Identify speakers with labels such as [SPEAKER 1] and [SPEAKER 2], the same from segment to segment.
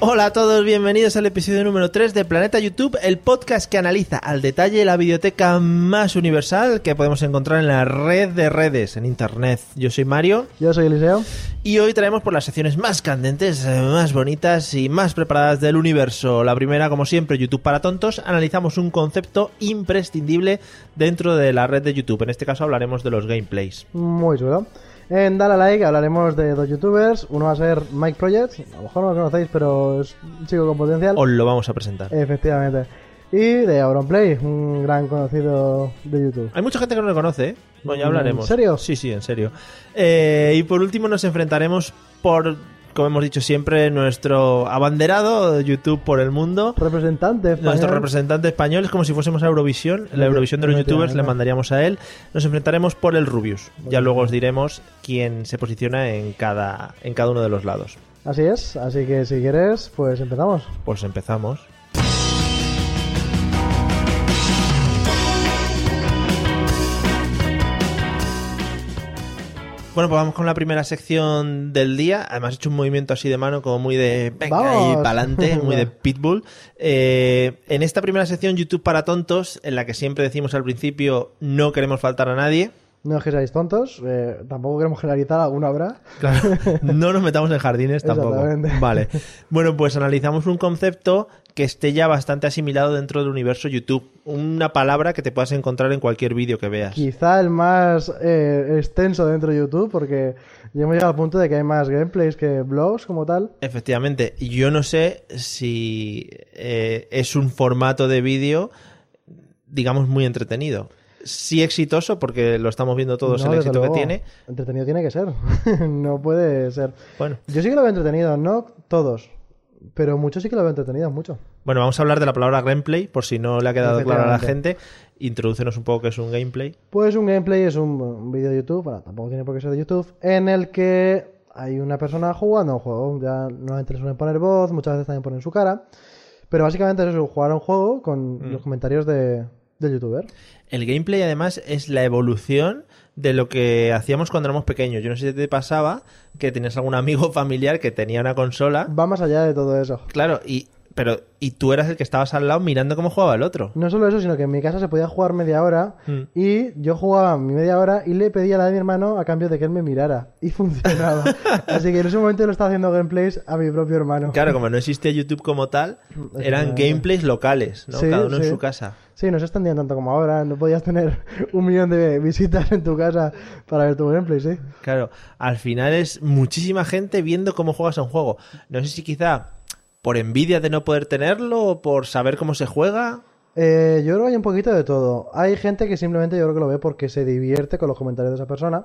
[SPEAKER 1] Hola a todos, bienvenidos al episodio número 3 de Planeta YouTube, el podcast que analiza al detalle la biblioteca más universal que podemos encontrar en la red de redes, en internet. Yo soy Mario
[SPEAKER 2] Yo soy Eliseo.
[SPEAKER 1] y hoy traemos por las secciones más candentes, eh, más bonitas y más preparadas del universo. La primera, como siempre, YouTube para tontos, analizamos un concepto imprescindible dentro de la red de YouTube. En este caso hablaremos de los gameplays.
[SPEAKER 2] Muy chulo. En Dale a Like hablaremos de dos youtubers. Uno va a ser Mike Project. A lo mejor no lo conocéis, pero es un chico con potencial.
[SPEAKER 1] Os lo vamos a presentar.
[SPEAKER 2] Efectivamente. Y de Auronplay, un gran conocido de YouTube.
[SPEAKER 1] Hay mucha gente que no lo conoce, ¿eh? Bueno, ya
[SPEAKER 2] ¿En
[SPEAKER 1] hablaremos.
[SPEAKER 2] serio?
[SPEAKER 1] Sí, sí, en serio. Eh, y por último nos enfrentaremos por, como hemos dicho siempre, nuestro abanderado de YouTube por el mundo.
[SPEAKER 2] Representante español.
[SPEAKER 1] Nuestro representante español es como si fuésemos a Eurovisión. La Eurovisión de los youtubers le mandaríamos a él. Nos enfrentaremos por el Rubius. Ya luego os diremos quién se posiciona en cada, en cada uno de los lados.
[SPEAKER 2] Así es, así que si quieres, pues empezamos.
[SPEAKER 1] Pues empezamos. Bueno, pues vamos con la primera sección del día. Además, he hecho un movimiento así de mano, como muy de venga
[SPEAKER 2] Vamos.
[SPEAKER 1] y pa'lante, muy de pitbull. Eh, en esta primera sección, YouTube para tontos, en la que siempre decimos al principio, no queremos faltar a nadie.
[SPEAKER 2] No es que seáis tontos, eh, tampoco queremos generalizar, alguna habrá.
[SPEAKER 1] Claro, no nos metamos en jardines tampoco.
[SPEAKER 2] Exactamente.
[SPEAKER 1] Vale. Bueno, pues analizamos un concepto que esté ya bastante asimilado dentro del universo YouTube. Una palabra que te puedas encontrar en cualquier vídeo que veas.
[SPEAKER 2] Quizá el más eh, extenso dentro de YouTube, porque ya hemos llegado al punto de que hay más gameplays que blogs como tal.
[SPEAKER 1] Efectivamente, y yo no sé si eh, es un formato de vídeo, digamos, muy entretenido. Sí exitoso, porque lo estamos viendo todos
[SPEAKER 2] No,
[SPEAKER 1] el
[SPEAKER 2] desde
[SPEAKER 1] éxito que
[SPEAKER 2] luego.
[SPEAKER 1] tiene.
[SPEAKER 2] Entretenido tiene que ser. no puede ser.
[SPEAKER 1] Bueno.
[SPEAKER 2] Yo sí que lo veo entretenido, no todos. Pero muchos sí que lo veo entretenido, mucho.
[SPEAKER 1] bueno, vamos a hablar de la palabra gameplay, por si no le ha quedado claro a la
[SPEAKER 2] Efectivamente.
[SPEAKER 1] gente. Introdúcenos un poco qué es un gameplay.
[SPEAKER 2] Pues un gameplay es un, un vídeo de YouTube, bueno, tampoco tiene por qué ser de YouTube, en el que hay una persona jugando a un juego. Ya normalmente le suelen poner voz, muchas veces también ponen su cara. Pero básicamente es eso, jugar a un juego con
[SPEAKER 1] Mm.
[SPEAKER 2] los comentarios de, del youtuber.
[SPEAKER 1] El gameplay, además, es la evolución de lo que hacíamos cuando éramos pequeños. Yo no sé si te pasaba que tenías algún amigo familiar que tenía una consola.
[SPEAKER 2] Va más allá de todo eso.
[SPEAKER 1] Claro, y, pero, y tú eras el que estabas al lado mirando cómo jugaba el otro.
[SPEAKER 2] No solo eso, sino que en mi casa se podía jugar media hora
[SPEAKER 1] Mm.
[SPEAKER 2] y yo jugaba mi media hora y le pedía la de mi hermano a cambio de que él me mirara. Y funcionaba. Así que en ese momento lo estaba haciendo gameplays a mi propio hermano.
[SPEAKER 1] Claro, como no existía YouTube como tal, eran
[SPEAKER 2] Efectivamente.
[SPEAKER 1] gameplays locales, ¿no?
[SPEAKER 2] Sí,
[SPEAKER 1] Cada uno en
[SPEAKER 2] sí.
[SPEAKER 1] su casa.
[SPEAKER 2] Sí, no se extendían tanto como ahora. No podías tener un millón de visitas en tu casa para ver tu gameplay, sí.
[SPEAKER 1] Claro, al final es muchísima gente viendo cómo juegas a un juego. No sé si quizá por envidia de no poder tenerlo o por saber cómo se juega.
[SPEAKER 2] Eh, yo creo que hay un poquito de todo. Hay gente que simplemente yo creo que lo ve porque se divierte con los comentarios de esa persona.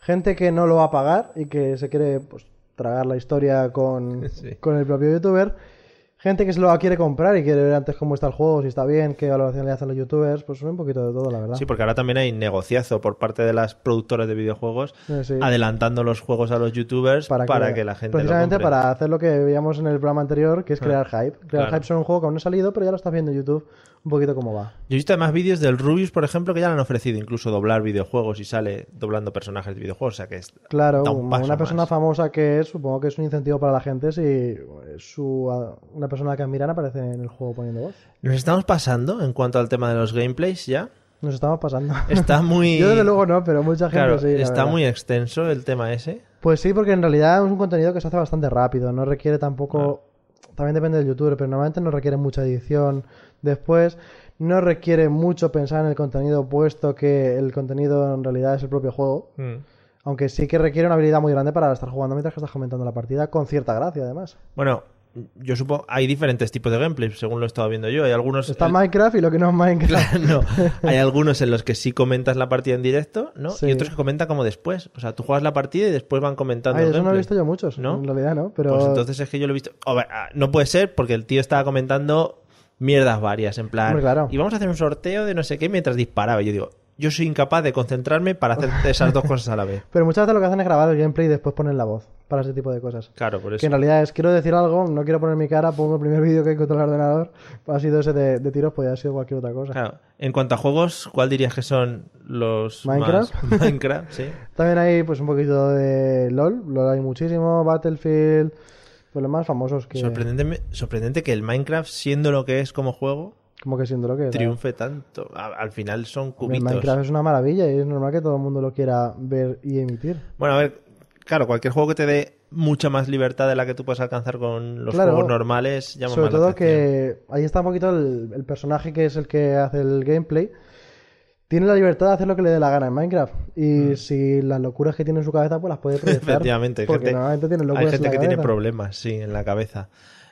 [SPEAKER 2] Gente que no lo va a pagar y que se quiere pues, tragar la historia con,
[SPEAKER 1] Sí.
[SPEAKER 2] con el propio youtuber. Gente que se lo quiere comprar y quiere ver antes cómo está el juego, si está bien, qué valoración le hacen los youtubers. Pues un poquito de todo, la verdad.
[SPEAKER 1] Sí, porque ahora también hay negociazo por parte de las productoras de videojuegos
[SPEAKER 2] Eh, sí.
[SPEAKER 1] adelantando los juegos a los youtubers pues para que, la gente lo
[SPEAKER 2] precisamente
[SPEAKER 1] compre. Ah,
[SPEAKER 2] para hacer lo que veíamos en el programa anterior que es crear hype crear
[SPEAKER 1] claro.
[SPEAKER 2] hype sobre un juego que aún no ha salido pero ya lo estás viendo en YouTube un poquito cómo va
[SPEAKER 1] Yo he visto además vídeos del Rubius, por ejemplo, que ya le han ofrecido incluso doblar videojuegos y sale doblando personajes de videojuegos. O sea que es-
[SPEAKER 2] claro
[SPEAKER 1] da un
[SPEAKER 2] como
[SPEAKER 1] paso
[SPEAKER 2] una persona
[SPEAKER 1] más.
[SPEAKER 2] famosa que es supongo que es un incentivo para la gente si eh, su a- una persona que admiran aparece en el juego poniendo voz
[SPEAKER 1] Nos estamos pasando en cuanto al tema de los gameplays ya.
[SPEAKER 2] nos estamos pasando
[SPEAKER 1] Está muy.
[SPEAKER 2] yo desde luego no pero mucha gente
[SPEAKER 1] Claro,
[SPEAKER 2] sí la
[SPEAKER 1] está
[SPEAKER 2] verdad.
[SPEAKER 1] muy extenso el tema ese.
[SPEAKER 2] pues sí porque en realidad es un contenido que se hace bastante rápido no requiere tampoco también depende del youtuber pero normalmente no requiere mucha edición después no requiere mucho pensar en el contenido puesto que el contenido en realidad es el propio juego Aunque sí que requiere una habilidad muy grande para estar jugando mientras que estás comentando la partida, con cierta gracia además.
[SPEAKER 1] Bueno, yo supongo, hay diferentes tipos de gameplay, según lo he estado viendo yo. Hay algunos.
[SPEAKER 2] Está
[SPEAKER 1] el-
[SPEAKER 2] Minecraft y lo que no es Minecraft.
[SPEAKER 1] Claro, no. Hay algunos en los que sí comentas la partida en directo, ¿no?
[SPEAKER 2] Sí.
[SPEAKER 1] Y otros que comentan como después. O sea, tú juegas la partida y después van comentando.
[SPEAKER 2] Ay,
[SPEAKER 1] el
[SPEAKER 2] eso no lo he
[SPEAKER 1] gameplay.
[SPEAKER 2] visto yo muchos,
[SPEAKER 1] ¿No?
[SPEAKER 2] en realidad, ¿no? Pero
[SPEAKER 1] Pues entonces es que yo lo he visto. A ver, ah, no puede ser porque el tío estaba comentando mierdas varias, en plan.
[SPEAKER 2] Hombre, claro.
[SPEAKER 1] Y vamos a hacer un sorteo de no sé qué mientras disparaba. Y Yo digo, yo soy incapaz de concentrarme para hacer esas dos cosas a la vez.
[SPEAKER 2] Pero muchas veces lo que hacen es grabar el gameplay y después ponen la voz para ese tipo de cosas.
[SPEAKER 1] Claro, por eso.
[SPEAKER 2] Que en realidad es, quiero decir algo, no quiero poner mi cara, pongo el primer vídeo que encontré en el ordenador, ha sido ese de, de tiros, podría haber sido cualquier otra cosa.
[SPEAKER 1] Claro. En cuanto a juegos, ¿cuál dirías que son los
[SPEAKER 2] ¿Minecraft?
[SPEAKER 1] más- Minecraft, sí.
[SPEAKER 2] También hay pues un poquito de LOL, LOL hay muchísimo, Battlefield, pues los más famosos que...
[SPEAKER 1] Sorprendente, sorprendente que el Minecraft, siendo lo que es como juego,
[SPEAKER 2] Como que siendo lo que es. ¿eh?
[SPEAKER 1] triunfe tanto. A- Al final son
[SPEAKER 2] El
[SPEAKER 1] cubitos.
[SPEAKER 2] Minecraft es una maravilla y es normal que todo el mundo lo quiera ver y emitir.
[SPEAKER 1] Bueno, a ver, claro, cualquier juego que te dé mucha más libertad de la que tú puedes alcanzar con los
[SPEAKER 2] Claro.
[SPEAKER 1] juegos normales, llama
[SPEAKER 2] Sobre
[SPEAKER 1] más la
[SPEAKER 2] todo
[SPEAKER 1] atención.
[SPEAKER 2] que ahí está un poquito el, el personaje que es el que hace el gameplay. Tiene la libertad de hacer lo que le dé la gana en Minecraft. Y si las locuras que tiene en su cabeza, pues las puede proyectar.
[SPEAKER 1] Mm. Efectivamente, hay
[SPEAKER 2] porque
[SPEAKER 1] gente,
[SPEAKER 2] normalmente tiene locuras
[SPEAKER 1] hay
[SPEAKER 2] en
[SPEAKER 1] gente
[SPEAKER 2] la
[SPEAKER 1] que tiene
[SPEAKER 2] cabeza.
[SPEAKER 1] problemas, sí, en la cabeza.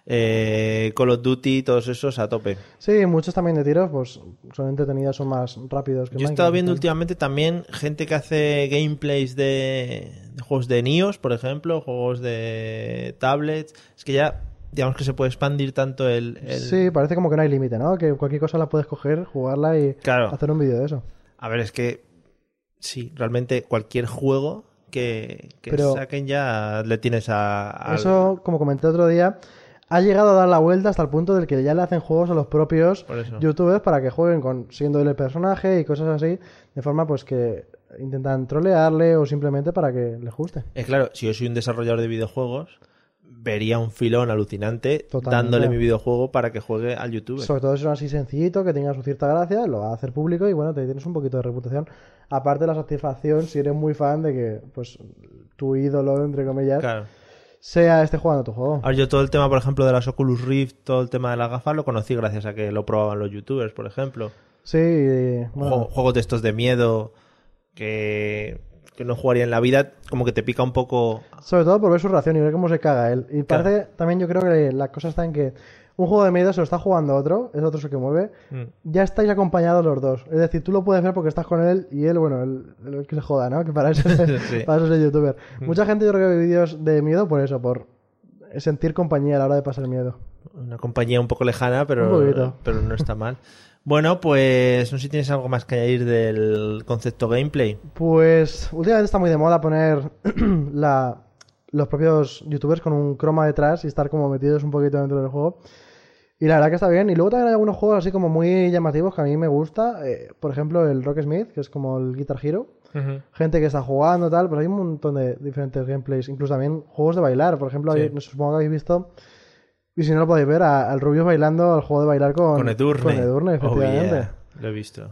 [SPEAKER 1] Eh, Call of Duty, todos esos a tope.
[SPEAKER 2] Sí, muchos también de tiros, pues son entretenidos, son más rápidos que
[SPEAKER 1] Yo he estado
[SPEAKER 2] Minecraft,
[SPEAKER 1] viendo
[SPEAKER 2] entonces.
[SPEAKER 1] últimamente también gente que hace gameplays de, de juegos de NIOS, por ejemplo, juegos de tablets. Es que ya, digamos que se puede expandir tanto el. el-
[SPEAKER 2] Sí, parece como que no hay límite, ¿no? Que cualquier cosa la puedes coger, jugarla y
[SPEAKER 1] Claro.
[SPEAKER 2] hacer un vídeo de eso.
[SPEAKER 1] A ver, es que. Sí, realmente cualquier juego que, que
[SPEAKER 2] Pero-
[SPEAKER 1] saquen ya le tienes a. al-
[SPEAKER 2] Eso, como comenté otro día, ha llegado a dar la vuelta hasta el punto del que ya le hacen juegos a los propios
[SPEAKER 1] Por eso.
[SPEAKER 2] youtubers para que jueguen con siendo él el personaje y cosas así, de forma pues que intentan trolearle o simplemente para que les guste.
[SPEAKER 1] Es claro, si yo soy un desarrollador de videojuegos, vería un filón alucinante
[SPEAKER 2] Totalmente.
[SPEAKER 1] dándole mi videojuego para que juegue al youtuber.
[SPEAKER 2] Sobre todo si es así sencillito, que tenga su cierta gracia, lo va a hacer público y bueno, te tienes un poquito de reputación. Aparte de la satisfacción, si eres muy fan de que pues tu ídolo, entre comillas,
[SPEAKER 1] Claro.
[SPEAKER 2] sea este jugando tu juego.
[SPEAKER 1] Ahora, yo todo el tema, por ejemplo, de las Oculus Rift, todo el tema de las gafas, lo conocí gracias a que lo probaban los youtubers, por ejemplo.
[SPEAKER 2] Sí, y, bueno,
[SPEAKER 1] Jue- Juegos de estos de miedo que, que no jugaría en la vida, como que te pica un poco.
[SPEAKER 2] Sobre todo por ver su reacción y ver cómo se caga él. Y
[SPEAKER 1] Claro.
[SPEAKER 2] parece, también yo creo que la cosa está en que un juego de miedo se lo está jugando otro, es otro el que mueve,
[SPEAKER 1] Mm.
[SPEAKER 2] ya estáis acompañados los dos. Es decir, tú lo puedes ver porque estás con él y él, bueno, el, el que se joda, ¿no? Que para eso, es-
[SPEAKER 1] Sí. Mm.
[SPEAKER 2] para eso es el youtuber. Mucha gente yo creo que ve vídeos de miedo por eso, por sentir compañía a la hora de pasar miedo.
[SPEAKER 1] Una compañía un poco lejana, pero,
[SPEAKER 2] Un poquito.
[SPEAKER 1] pero no está mal. Bueno, pues no sé si tienes algo más que añadir del concepto gameplay.
[SPEAKER 2] Pues últimamente está muy de moda poner la- los propios youtubers con un croma detrás y estar como metidos un poquito dentro del juego. Y la verdad que está bien. Y luego también hay algunos juegos así como muy llamativos que a mí me gusta. Eh, por ejemplo, el Rock Smith, que es como el Guitar Hero. Gente que está jugando, tal. Pero hay un montón de diferentes gameplays. Incluso también juegos de bailar. Por ejemplo,
[SPEAKER 1] Sí.
[SPEAKER 2] hay- supongo que habéis visto. Y si no lo podéis ver, a- al Rubius bailando al juego de bailar con,
[SPEAKER 1] Con Edurne.
[SPEAKER 2] con Edurne,
[SPEAKER 1] Oh, yeah.
[SPEAKER 2] efectivamente
[SPEAKER 1] Lo he visto.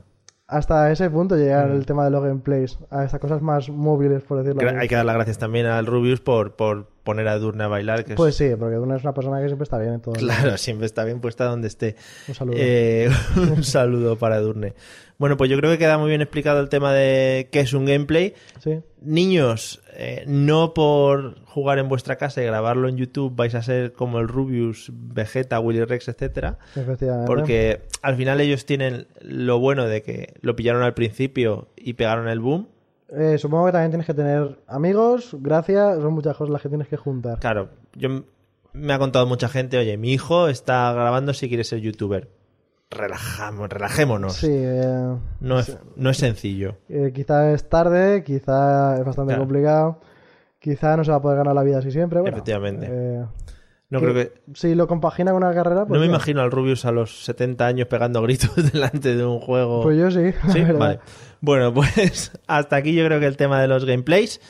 [SPEAKER 2] hasta ese punto llegar
[SPEAKER 1] Mm.
[SPEAKER 2] el tema de los gameplays, a estas cosas más móviles, por decirlo
[SPEAKER 1] Gra-
[SPEAKER 2] así.
[SPEAKER 1] Hay que dar las gracias también al Rubius por, por poner a Edurne a bailar. Que es-
[SPEAKER 2] Pues sí, porque Duna es una persona que siempre está bien en todo.
[SPEAKER 1] Claro, siempre está bien puesta donde esté.
[SPEAKER 2] Un saludo.
[SPEAKER 1] Eh, un saludo para Edurne. Bueno, pues yo creo que queda muy bien explicado el tema de qué es un gameplay.
[SPEAKER 2] Sí.
[SPEAKER 1] Niños, eh, no por jugar en vuestra casa y grabarlo en YouTube vais a ser como el Rubius, Vegeta, Willy Rex, etcétera,
[SPEAKER 2] Efectivamente.
[SPEAKER 1] porque al final ellos tienen lo bueno de que lo pillaron al principio y pegaron el boom.
[SPEAKER 2] Eh, supongo que también tienes que tener amigos, gracias, son muchas cosas las que tienes que juntar.
[SPEAKER 1] Claro, yo m- me ha contado mucha gente, oye, mi hijo está grabando si quiere ser youtuber. Relajamos, relajémonos.
[SPEAKER 2] Sí, eh,
[SPEAKER 1] No es, no es sencillo.
[SPEAKER 2] eh, quizá es tarde, quizá es bastante
[SPEAKER 1] Claro.
[SPEAKER 2] complicado, quizá no se va a poder ganar la vida así siempre. Bueno,
[SPEAKER 1] Efectivamente.
[SPEAKER 2] eh,
[SPEAKER 1] No
[SPEAKER 2] que-
[SPEAKER 1] creo que
[SPEAKER 2] Si lo compagina con una carrera, pues.
[SPEAKER 1] no me
[SPEAKER 2] mira.
[SPEAKER 1] imagino al Rubius a los 70 años pegando gritos delante de un juego.
[SPEAKER 2] Pues yo sí. la
[SPEAKER 1] Sí,
[SPEAKER 2] verdad.
[SPEAKER 1] vale. Bueno, pues hasta aquí yo creo que el tema de los gameplays.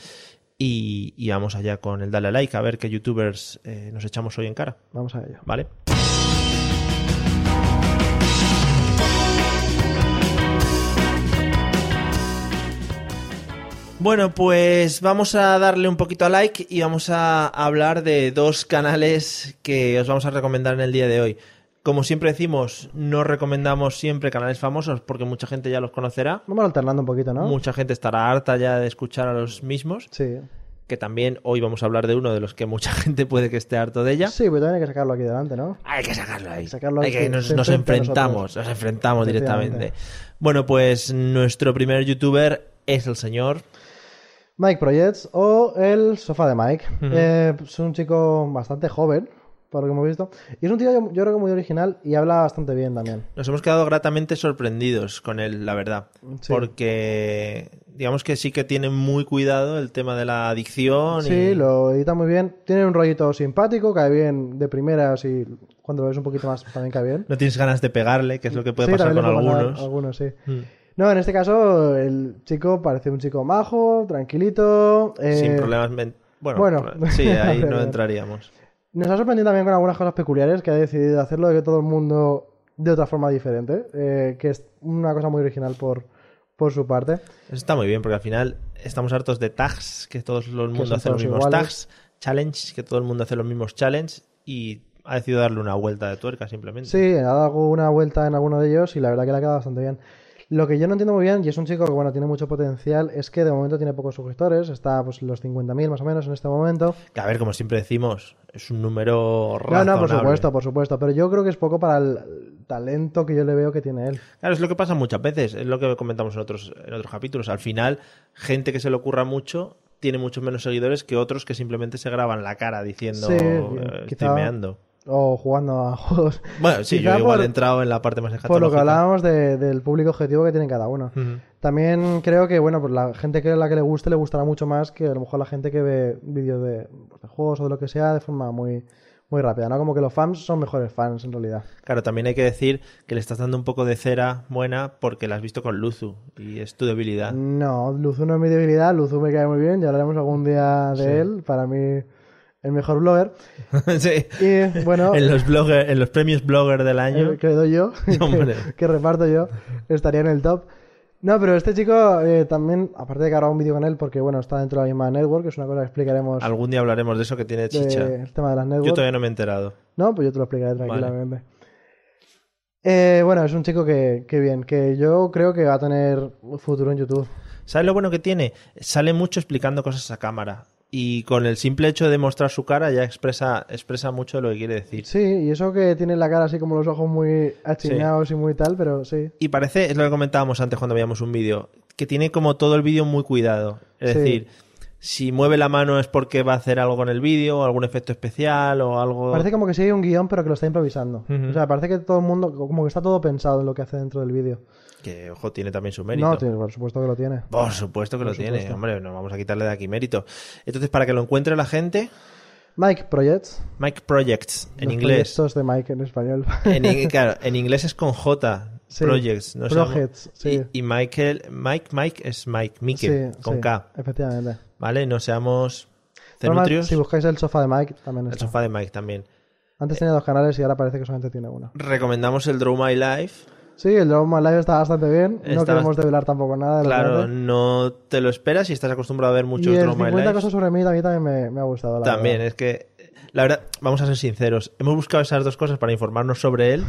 [SPEAKER 1] Y, y vamos allá con el dale a like, a ver qué youtubers eh, nos echamos hoy en cara.
[SPEAKER 2] Vamos a ello.
[SPEAKER 1] ¿Vale? Bueno, pues vamos a darle un poquito a like y vamos a hablar de dos canales que os vamos a recomendar en el día de hoy. Como siempre decimos, no recomendamos siempre canales famosos porque mucha gente ya los conocerá.
[SPEAKER 2] Vamos alternando un poquito, ¿no?
[SPEAKER 1] Mucha gente estará harta ya de escuchar a los mismos.
[SPEAKER 2] Sí.
[SPEAKER 1] que también hoy vamos a hablar de uno de los que mucha gente puede que esté harto de ella.
[SPEAKER 2] Sí, pero también hay que sacarlo aquí delante, ¿no?
[SPEAKER 1] Hay que sacarlo ahí.
[SPEAKER 2] Sacarlo
[SPEAKER 1] Hay que
[SPEAKER 2] ahí,
[SPEAKER 1] nos,
[SPEAKER 2] frente
[SPEAKER 1] nos
[SPEAKER 2] a
[SPEAKER 1] enfrentamos,
[SPEAKER 2] nosotros.
[SPEAKER 1] nos enfrentamos directamente.
[SPEAKER 2] Efectivamente.
[SPEAKER 1] Bueno, pues nuestro primer youtuber es el señor.
[SPEAKER 2] Mike Projects o el sofá de Mike. Eh, es un chico bastante joven, por lo que hemos visto. Y es un tío, yo, yo creo que muy original y habla bastante bien también.
[SPEAKER 1] Nos hemos quedado gratamente sorprendidos con él, la verdad.
[SPEAKER 2] Sí.
[SPEAKER 1] Porque digamos que sí que tiene muy cuidado el tema de la adicción.
[SPEAKER 2] Sí,
[SPEAKER 1] y...
[SPEAKER 2] lo edita muy bien. Tiene un rollito simpático, cae bien de primeras y cuando lo ves un poquito más pues también cae bien.
[SPEAKER 1] No tienes ganas de pegarle, que es lo que puede
[SPEAKER 2] Sí,
[SPEAKER 1] pasar
[SPEAKER 2] también
[SPEAKER 1] con
[SPEAKER 2] le puede pasar
[SPEAKER 1] algunos.
[SPEAKER 2] algunos, sí.
[SPEAKER 1] Mm.
[SPEAKER 2] No, en este caso el chico parece un chico majo, tranquilito. eh,
[SPEAKER 1] Sin problemas. men- Bueno,
[SPEAKER 2] bueno.
[SPEAKER 1] pro- sí, ahí no
[SPEAKER 2] Pero-
[SPEAKER 1] entraríamos.
[SPEAKER 2] Nos ha sorprendido también con algunas cosas peculiares que ha decidido hacerlo de que todo el mundo de otra forma diferente, eh, que es una cosa muy original por, por su parte.
[SPEAKER 1] Eso está muy bien, porque al final estamos hartos de tags, que todo el mundo
[SPEAKER 2] son
[SPEAKER 1] hace los
[SPEAKER 2] todos
[SPEAKER 1] mismos
[SPEAKER 2] iguales.
[SPEAKER 1] tags, challenge, que todo el mundo hace los mismos challenge, y ha decidido darle una vuelta de tuerca simplemente.
[SPEAKER 2] Sí, ha dado una vuelta en alguno de ellos y la verdad que le ha quedado bastante bien. Lo que yo no entiendo muy bien, y es un chico que bueno, tiene mucho potencial, es que de momento tiene pocos suscriptores, está pues en los 50.000 más o menos en este momento.
[SPEAKER 1] Que a ver, como siempre decimos, es un número
[SPEAKER 2] No,
[SPEAKER 1] raro.
[SPEAKER 2] no, por supuesto, por supuesto, pero yo creo que es poco para el talento que yo le veo que tiene él.
[SPEAKER 1] Claro, es lo que pasa muchas veces, es lo que comentamos en otros, en otros capítulos. Al final, gente que se le ocurra mucho tiene muchos menos seguidores que otros que simplemente se graban la cara diciendo,
[SPEAKER 2] Sí,
[SPEAKER 1] eh,
[SPEAKER 2] quizá-
[SPEAKER 1] estoy meando.
[SPEAKER 2] O jugando a juegos.
[SPEAKER 1] Bueno, sí,
[SPEAKER 2] Quizá
[SPEAKER 1] yo igual
[SPEAKER 2] por-
[SPEAKER 1] he entrado en Hmm. la parte más
[SPEAKER 2] Por lo que
[SPEAKER 1] escatológica.
[SPEAKER 2] hablábamos de- del público objetivo que tiene cada uno.
[SPEAKER 1] Ujú.
[SPEAKER 2] También creo que, bueno, pues la gente que la que le guste le gustará mucho más que a lo mejor la gente que ve vídeos de, pues, de juegos o de lo que sea de forma muy, muy rápida, ¿no? Como que los fans son mejores fans en realidad.
[SPEAKER 1] Claro, también hay que decir que le estás dando un poco de cera buena porque la has visto con Luzu y es tu debilidad.
[SPEAKER 2] Mm. No, Luzu no es mi debilidad, Luzu me cae muy bien, ya hablaremos algún día de él, para mí el mejor blogger.
[SPEAKER 1] Sí.
[SPEAKER 2] Y bueno,
[SPEAKER 1] En
[SPEAKER 2] el
[SPEAKER 1] los blogger, en los premios blogger del año.
[SPEAKER 2] Eh, que le doy yo,
[SPEAKER 1] Hombre.
[SPEAKER 2] que, que reparto yo, estaría en el top. No, pero este chico eh, también, aparte de que habrá un vídeo con él, porque bueno, está dentro de la misma network, es una cosa que explicaremos
[SPEAKER 1] Algún día hablaremos de eso que tiene
[SPEAKER 2] del
[SPEAKER 1] chicha.
[SPEAKER 2] tema de las networks.
[SPEAKER 1] Yo todavía no me he enterado.
[SPEAKER 2] No, pues yo te lo explicaré tranquilamente. Eh, bueno, es un chico que, que bien, que yo creo que va a tener futuro en YouTube.
[SPEAKER 1] ¿Sabes lo bueno que tiene? Sale mucho explicando cosas a cámara. Y con el simple hecho de mostrar su cara ya expresa, expresa mucho lo que quiere decir.
[SPEAKER 2] Sí, y eso que tiene la cara así como los ojos muy achinados y muy tal, pero sí.
[SPEAKER 1] Y parece, es lo que comentábamos antes cuando veíamos un vídeo, que tiene como todo el vídeo muy cuidado. Es
[SPEAKER 2] Sí.
[SPEAKER 1] decir, si mueve la mano es porque va a hacer algo con el vídeo, o algún efecto especial, o algo.
[SPEAKER 2] Parece como que sí hay un guión, pero que lo está improvisando.
[SPEAKER 1] Ujú.
[SPEAKER 2] O sea, parece que todo el mundo, como que está todo pensado en lo que hace dentro del vídeo.
[SPEAKER 1] Que, ojo, tiene también su mérito.
[SPEAKER 2] No, tiene- por supuesto que lo tiene.
[SPEAKER 1] Por supuesto que lo tiene,
[SPEAKER 2] supuesto.
[SPEAKER 1] hombre, no vamos a quitarle de aquí mérito. Entonces, para que lo encuentre la gente,
[SPEAKER 2] Mike Projects.
[SPEAKER 1] Mike Projects, en
[SPEAKER 2] los
[SPEAKER 1] inglés.
[SPEAKER 2] proyectos de Mike en español.
[SPEAKER 1] En, in- claro, en inglés es con J,
[SPEAKER 2] Sí,
[SPEAKER 1] Projects. No sé cómo-
[SPEAKER 2] Projects, sí.
[SPEAKER 1] Y, y Michael, Mike, Mike es Mike, Mike, con
[SPEAKER 2] sí,
[SPEAKER 1] K,
[SPEAKER 2] Efectivamente.
[SPEAKER 1] ¿vale? No seamos
[SPEAKER 2] Normal,
[SPEAKER 1] cenutrios.
[SPEAKER 2] si buscáis el sofá de Mike, también
[SPEAKER 1] El
[SPEAKER 2] está.
[SPEAKER 1] sofá de Mike también.
[SPEAKER 2] Antes tenía dos canales y ahora parece que solamente tiene uno.
[SPEAKER 1] Recomendamos el Draw My Life.
[SPEAKER 2] Sí, el Dragon Ball Live está bastante bien.
[SPEAKER 1] Está
[SPEAKER 2] no queremos
[SPEAKER 1] bast-
[SPEAKER 2] develar tampoco nada. de lo que
[SPEAKER 1] Claro,
[SPEAKER 2] hace.
[SPEAKER 1] no te lo esperas y estás acostumbrado a ver mucho
[SPEAKER 2] y el
[SPEAKER 1] Draw My
[SPEAKER 2] 50
[SPEAKER 1] Life.
[SPEAKER 2] cosas sobre mí a mí también me, me ha gustado. la
[SPEAKER 1] También,
[SPEAKER 2] verdad.
[SPEAKER 1] es que, la verdad, vamos a ser sinceros, hemos buscado esas dos cosas para informarnos sobre él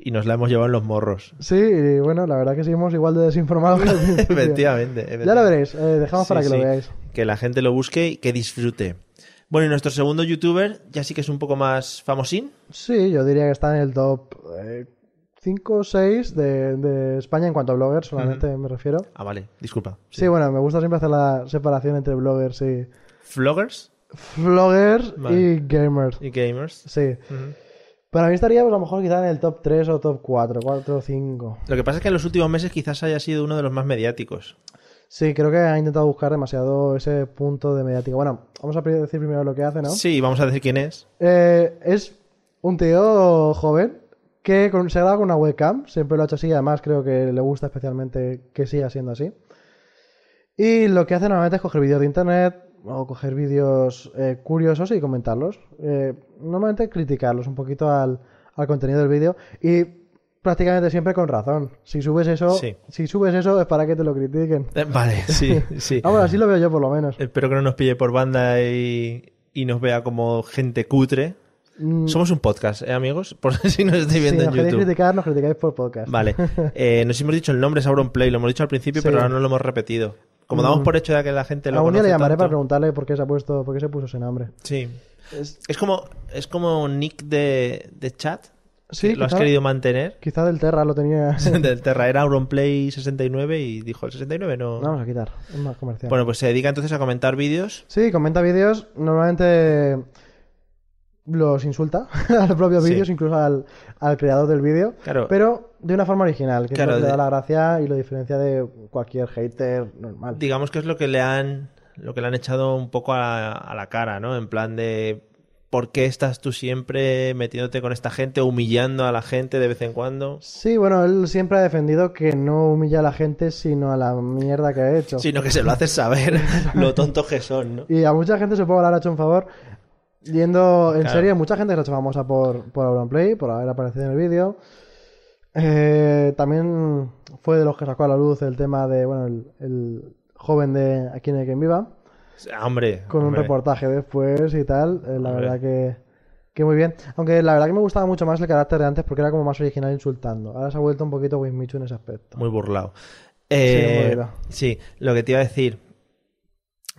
[SPEAKER 1] y nos la hemos llevado en los morros.
[SPEAKER 2] Sí, y bueno, la verdad que seguimos igual de desinformados. que al principio.
[SPEAKER 1] efectivamente,
[SPEAKER 2] Ya lo
[SPEAKER 1] efectivamente.
[SPEAKER 2] veréis. eh, dejamos
[SPEAKER 1] Sí,
[SPEAKER 2] para que
[SPEAKER 1] sí.
[SPEAKER 2] lo veáis.
[SPEAKER 1] Que la gente lo busque y que disfrute. Bueno, y nuestro segundo youtuber ya sí que es un poco más famosín.
[SPEAKER 2] Sí, yo diría que está en el top 5 o 6 de, de España en cuanto a bloggers, solamente me refiero.
[SPEAKER 1] Ah, vale, disculpa.
[SPEAKER 2] Sí. bueno, me gusta siempre hacer la separación entre bloggers y...
[SPEAKER 1] Vloggers
[SPEAKER 2] Vloggers
[SPEAKER 1] Vale.
[SPEAKER 2] y gamers.
[SPEAKER 1] y gamers.
[SPEAKER 2] Sí. Para mí estaría pues, a lo mejor quizá en el top 3 o top 4, 4 o 5.
[SPEAKER 1] Lo que pasa es que en los últimos meses quizás haya sido uno de los más mediáticos.
[SPEAKER 2] Sí, creo que ha intentado buscar demasiado ese punto de mediática. Bueno, vamos a pri- decir primero lo que hace, ¿no?
[SPEAKER 1] Sí, vamos a decir quién es.
[SPEAKER 2] Eh, es un tío joven que con- se graba con una webcam, siempre lo ha hecho así, además creo que le gusta especialmente que siga siendo así. Y lo que hace normalmente es coger vídeos de internet o coger vídeos eh, curiosos y comentarlos. Eh, normalmente criticarlos un poquito al, al contenido del vídeo y prácticamente siempre con razón. Si subes eso,
[SPEAKER 1] Sí.
[SPEAKER 2] si subes eso es para que te lo critiquen.
[SPEAKER 1] Eh, Vale, sí, sí.
[SPEAKER 2] Ahora Ah, así lo veo yo por lo menos.
[SPEAKER 1] Espero que no nos pille por banda y, y nos vea como gente cutre.
[SPEAKER 2] Mm,
[SPEAKER 1] Somos un podcast, ¿eh, amigos? Por si nos estáis
[SPEAKER 2] si
[SPEAKER 1] viendo
[SPEAKER 2] nos
[SPEAKER 1] en
[SPEAKER 2] queréis
[SPEAKER 1] YouTube.
[SPEAKER 2] criticar, nos criticáis por podcast.
[SPEAKER 1] Vale. Eh, nos hemos dicho el nombre, Sauron Play, lo hemos dicho al principio,
[SPEAKER 2] Sí.
[SPEAKER 1] pero ahora no lo hemos repetido. Como damos por hecho de que la gente lo
[SPEAKER 2] A Uni
[SPEAKER 1] conoce
[SPEAKER 2] le llamaré
[SPEAKER 1] tanto.
[SPEAKER 2] para preguntarle por qué se ha puesto, por qué se puso ese nombre.
[SPEAKER 1] Sí.
[SPEAKER 2] Es-
[SPEAKER 1] Es como, es como un nick de, de chat.
[SPEAKER 2] Sí,
[SPEAKER 1] que lo has
[SPEAKER 2] quizá-
[SPEAKER 1] querido mantener.
[SPEAKER 2] Quizá del Terra lo tenía.
[SPEAKER 1] Del Terra era Auronplay 69 y dijo el 69 no.
[SPEAKER 2] Vamos a quitar, es más comercial.
[SPEAKER 1] Bueno, pues se dedica entonces a comentar vídeos.
[SPEAKER 2] Sí, comenta vídeos, normalmente los insulta a los propios
[SPEAKER 1] Sí.
[SPEAKER 2] vídeos, incluso al, al creador del vídeo,
[SPEAKER 1] Claro.
[SPEAKER 2] pero de una forma original, que es lo
[SPEAKER 1] Claro,
[SPEAKER 2] que le da
[SPEAKER 1] de-
[SPEAKER 2] la gracia y lo diferencia de cualquier hater normal.
[SPEAKER 1] digamos que es lo que le han lo que le han echado un poco a, a la cara, ¿no? En plan de ¿por qué estás tú siempre metiéndote con esta gente, humillando a la gente de vez en cuando?
[SPEAKER 2] Sí, bueno, él siempre ha defendido que no humilla a la gente, sino a la mierda que ha hecho.
[SPEAKER 1] Sino que se lo haces saber lo tontos que son, ¿no?
[SPEAKER 2] Y a mucha gente supongo le ha hecho un favor. Yendo en
[SPEAKER 1] Claro.
[SPEAKER 2] serio, mucha gente se ha hecho famosa por, por Auronplay, por haber aparecido en el vídeo. Eh, también fue de los que sacó a la luz el tema de, bueno, el, el joven de Aquí en el Quien Viva,
[SPEAKER 1] Ah, Hombre.
[SPEAKER 2] con un
[SPEAKER 1] hombre.
[SPEAKER 2] reportaje después y tal. Eh, la
[SPEAKER 1] Hombre.
[SPEAKER 2] verdad que, que muy bien. Aunque la verdad que me gustaba mucho más el carácter de antes porque era como más original insultando. Ahora se ha vuelto un poquito Wismichu en ese aspecto.
[SPEAKER 1] Muy burlado. Eh,
[SPEAKER 2] muy burlado.
[SPEAKER 1] sí, lo que te iba a decir,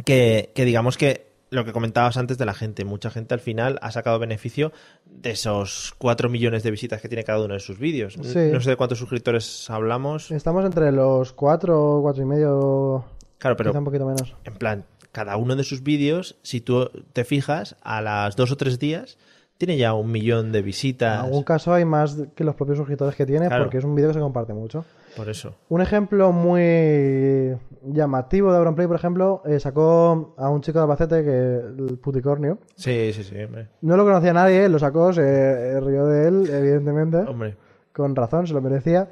[SPEAKER 1] que, que digamos que lo que comentabas antes de la gente, mucha gente al final ha sacado beneficio de esos 4 millones de visitas que tiene cada uno de sus vídeos. N-
[SPEAKER 2] Sí.
[SPEAKER 1] No sé de cuántos suscriptores hablamos.
[SPEAKER 2] Estamos entre los cuatro, cuatro y medio,
[SPEAKER 1] Claro, pero
[SPEAKER 2] quizá un poquito menos.
[SPEAKER 1] en plan, cada uno de sus vídeos, si tú te fijas, a las dos o tres días tiene ya un millón de
[SPEAKER 2] En
[SPEAKER 1] visitas.
[SPEAKER 2] algún caso hay más que los propios suscriptores que tiene
[SPEAKER 1] Claro.
[SPEAKER 2] porque es un vídeo que se comparte mucho.
[SPEAKER 1] Por eso.
[SPEAKER 2] Un ejemplo muy llamativo de Auronplay, por ejemplo, eh, sacó a un chico de Albacete, que el puticornio.
[SPEAKER 1] Sí, sí, sí. Hombre.
[SPEAKER 2] No lo conocía nadie, lo sacó, se eh, rió de él, evidentemente.
[SPEAKER 1] ¿Eh? Hombre.
[SPEAKER 2] Con razón, se lo merecía.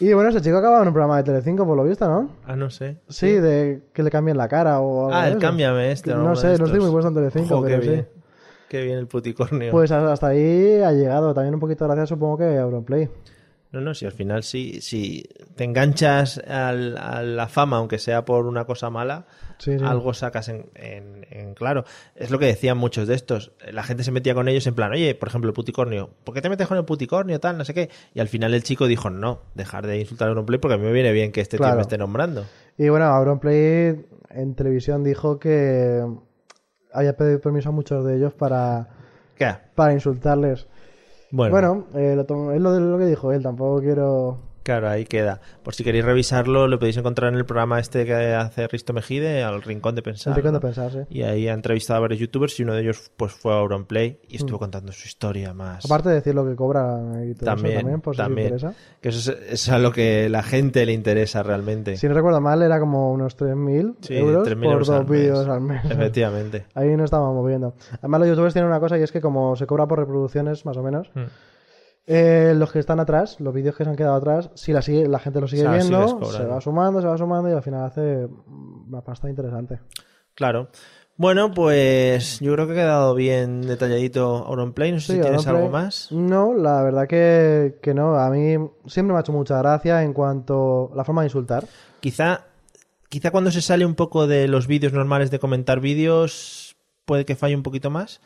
[SPEAKER 2] Y bueno, ese chico acaba en un programa de Telecinco, por lo visto, ¿no?
[SPEAKER 1] Ah, no sé.
[SPEAKER 2] Sí, de que le cambien la cara o algo
[SPEAKER 1] Ah,
[SPEAKER 2] de
[SPEAKER 1] el
[SPEAKER 2] eso.
[SPEAKER 1] cámbiame este. o
[SPEAKER 2] No
[SPEAKER 1] alguno
[SPEAKER 2] sé,
[SPEAKER 1] de
[SPEAKER 2] no estoy
[SPEAKER 1] estos.
[SPEAKER 2] muy puesto en Telecinco,
[SPEAKER 1] Ojo, qué
[SPEAKER 2] pero sí.
[SPEAKER 1] bien. Qué bien el puticornio.
[SPEAKER 2] Pues hasta ahí ha llegado. También un poquito gracias, supongo que a Auronplay.
[SPEAKER 1] No, no, si al final sí, si te enganchas al- a la fama, aunque sea por una cosa mala,
[SPEAKER 2] Sí, sí.
[SPEAKER 1] algo sacas en, en- en claro. Es lo que decían muchos de estos. La gente se metía con ellos en plan, oye, por ejemplo, el puticornio, ¿por qué te metes con el puticornio? Tal, no sé qué. Y al final el chico dijo, no, dejar de insultar a Auronplay porque a mí me viene bien que este tío
[SPEAKER 2] Claro.
[SPEAKER 1] me esté nombrando.
[SPEAKER 2] Y bueno, Auronplay en televisión dijo que había pedido permiso a muchos de ellos para,
[SPEAKER 1] ¿Qué?
[SPEAKER 2] para insultarles.
[SPEAKER 1] Bueno,
[SPEAKER 2] Bueno, eh, lo tomo- es lo, de lo que dijo él, tampoco quiero...
[SPEAKER 1] claro, ahí queda. Por si queréis revisarlo, lo podéis encontrar en el programa este que hace Risto Mejide, al Rincón de Pensar.
[SPEAKER 2] el rincón
[SPEAKER 1] ¿no?
[SPEAKER 2] de pensar, sí.
[SPEAKER 1] Y ahí ha entrevistado a varios youtubers y uno de ellos pues fue a Auronplay y estuvo contando su historia más.
[SPEAKER 2] Mm. Aparte de decir lo que cobran y todo eso
[SPEAKER 1] También,
[SPEAKER 2] también, por si os
[SPEAKER 1] también.
[SPEAKER 2] interesa.
[SPEAKER 1] Que eso es, es a lo que la gente le interesa realmente.
[SPEAKER 2] Si no recuerdo mal, era como unos 3.000
[SPEAKER 1] Sí,
[SPEAKER 2] euros
[SPEAKER 1] 3.000
[SPEAKER 2] por
[SPEAKER 1] euros al
[SPEAKER 2] dos
[SPEAKER 1] mes.
[SPEAKER 2] vídeos al mes.
[SPEAKER 1] Efectivamente.
[SPEAKER 2] Ahí no estamos moviendo. Además, los youtubers tienen una cosa y es que como se cobra por reproducciones, más o menos,
[SPEAKER 1] Hmm.
[SPEAKER 2] eh, los que están atrás, los vídeos que se han quedado atrás, si la, sigue- la gente lo sigue
[SPEAKER 1] O sea, sigues
[SPEAKER 2] viendo,
[SPEAKER 1] cobrando.
[SPEAKER 2] se va sumando, se va sumando y al final hace una pasta interesante.
[SPEAKER 1] Claro. Bueno, pues yo creo que ha quedado bien detalladito Auronplay. No sé si tienes
[SPEAKER 2] Auronplay-
[SPEAKER 1] algo más.
[SPEAKER 2] No, la verdad que, que no. A mí siempre me ha hecho mucha gracia en cuanto a la forma de insultar.
[SPEAKER 1] Quizá, quizá cuando se sale un poco de los vídeos normales de comentar vídeos, puede que falle un poquito más.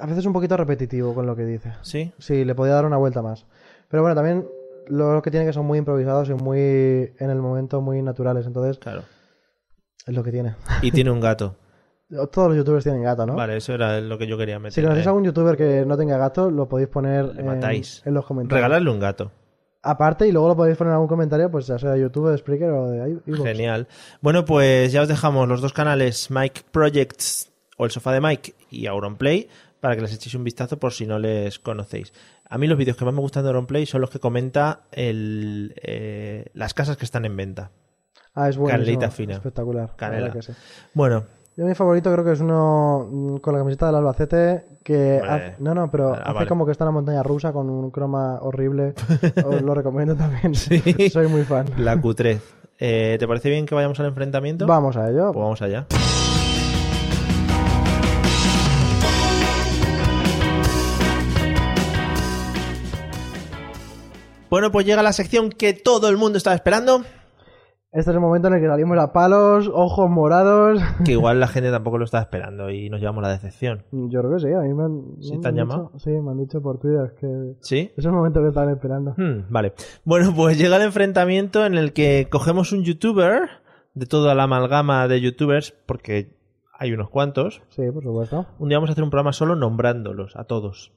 [SPEAKER 2] A veces un poquito repetitivo con lo que dice.
[SPEAKER 1] Sí.
[SPEAKER 2] Sí, le podía dar una vuelta más. Pero bueno, también lo que tiene que son muy improvisados y muy en el momento muy naturales. Entonces,
[SPEAKER 1] Claro.
[SPEAKER 2] es lo que tiene.
[SPEAKER 1] Y tiene un gato.
[SPEAKER 2] Todos los youtubers tienen gato, ¿no?
[SPEAKER 1] Vale, eso era lo que yo quería meter. eh.
[SPEAKER 2] Si conocéis
[SPEAKER 1] ahí.
[SPEAKER 2] a algún youtuber que no tenga gato, lo podéis poner
[SPEAKER 1] Le
[SPEAKER 2] en,
[SPEAKER 1] matáis.
[SPEAKER 2] en los comentarios.
[SPEAKER 1] Regalarle un gato.
[SPEAKER 2] Aparte, y luego lo podéis poner en algún comentario, pues ya sea de YouTube, de Spreaker o de i- iVoox.
[SPEAKER 1] Genial. Bueno, pues ya os dejamos los dos canales, Mike Projects o el sofá de Mike y Auronplay, para que les echéis un vistazo por si no les conocéis. A mí los vídeos que más me gustan de Auronplay son los que comenta el, eh, las casas que están en venta.
[SPEAKER 2] Ah, es bueno.
[SPEAKER 1] Canelita fina.
[SPEAKER 2] Espectacular. la
[SPEAKER 1] Canela.
[SPEAKER 2] verdad que sí.
[SPEAKER 1] Bueno,
[SPEAKER 2] Yo mi favorito creo que es uno mm, con la camiseta del Albacete que
[SPEAKER 1] Hombre.
[SPEAKER 2] hace- no no pero
[SPEAKER 1] Ah,
[SPEAKER 2] hace
[SPEAKER 1] vale.
[SPEAKER 2] como que está en la montaña rusa con un croma horrible os lo recomiendo también
[SPEAKER 1] Sí.
[SPEAKER 2] soy muy fan
[SPEAKER 1] la cutrez. Eh, ¿Te parece bien que vayamos al enfrentamiento?
[SPEAKER 2] vamos a ello
[SPEAKER 1] Pues vamos allá. Bueno, pues llega la sección que todo el mundo estaba esperando.
[SPEAKER 2] este es el momento en el que salimos a palos ojos morados
[SPEAKER 1] Que igual la gente tampoco lo estaba esperando y nos llevamos la decepción.
[SPEAKER 2] yo creo que sí a mí me han,
[SPEAKER 1] ¿Sí
[SPEAKER 2] me
[SPEAKER 1] te han
[SPEAKER 2] dicho-
[SPEAKER 1] llamado?
[SPEAKER 2] sí me han dicho por Twitter que
[SPEAKER 1] ¿Sí?
[SPEAKER 2] es el momento que están esperando
[SPEAKER 1] Hmm, vale. Bueno, pues llega el enfrentamiento en el que cogemos un youtuber de toda la amalgama de youtubers, porque hay unos cuantos.
[SPEAKER 2] Sí, por supuesto.
[SPEAKER 1] Un día vamos a hacer un programa solo nombrándolos a todos.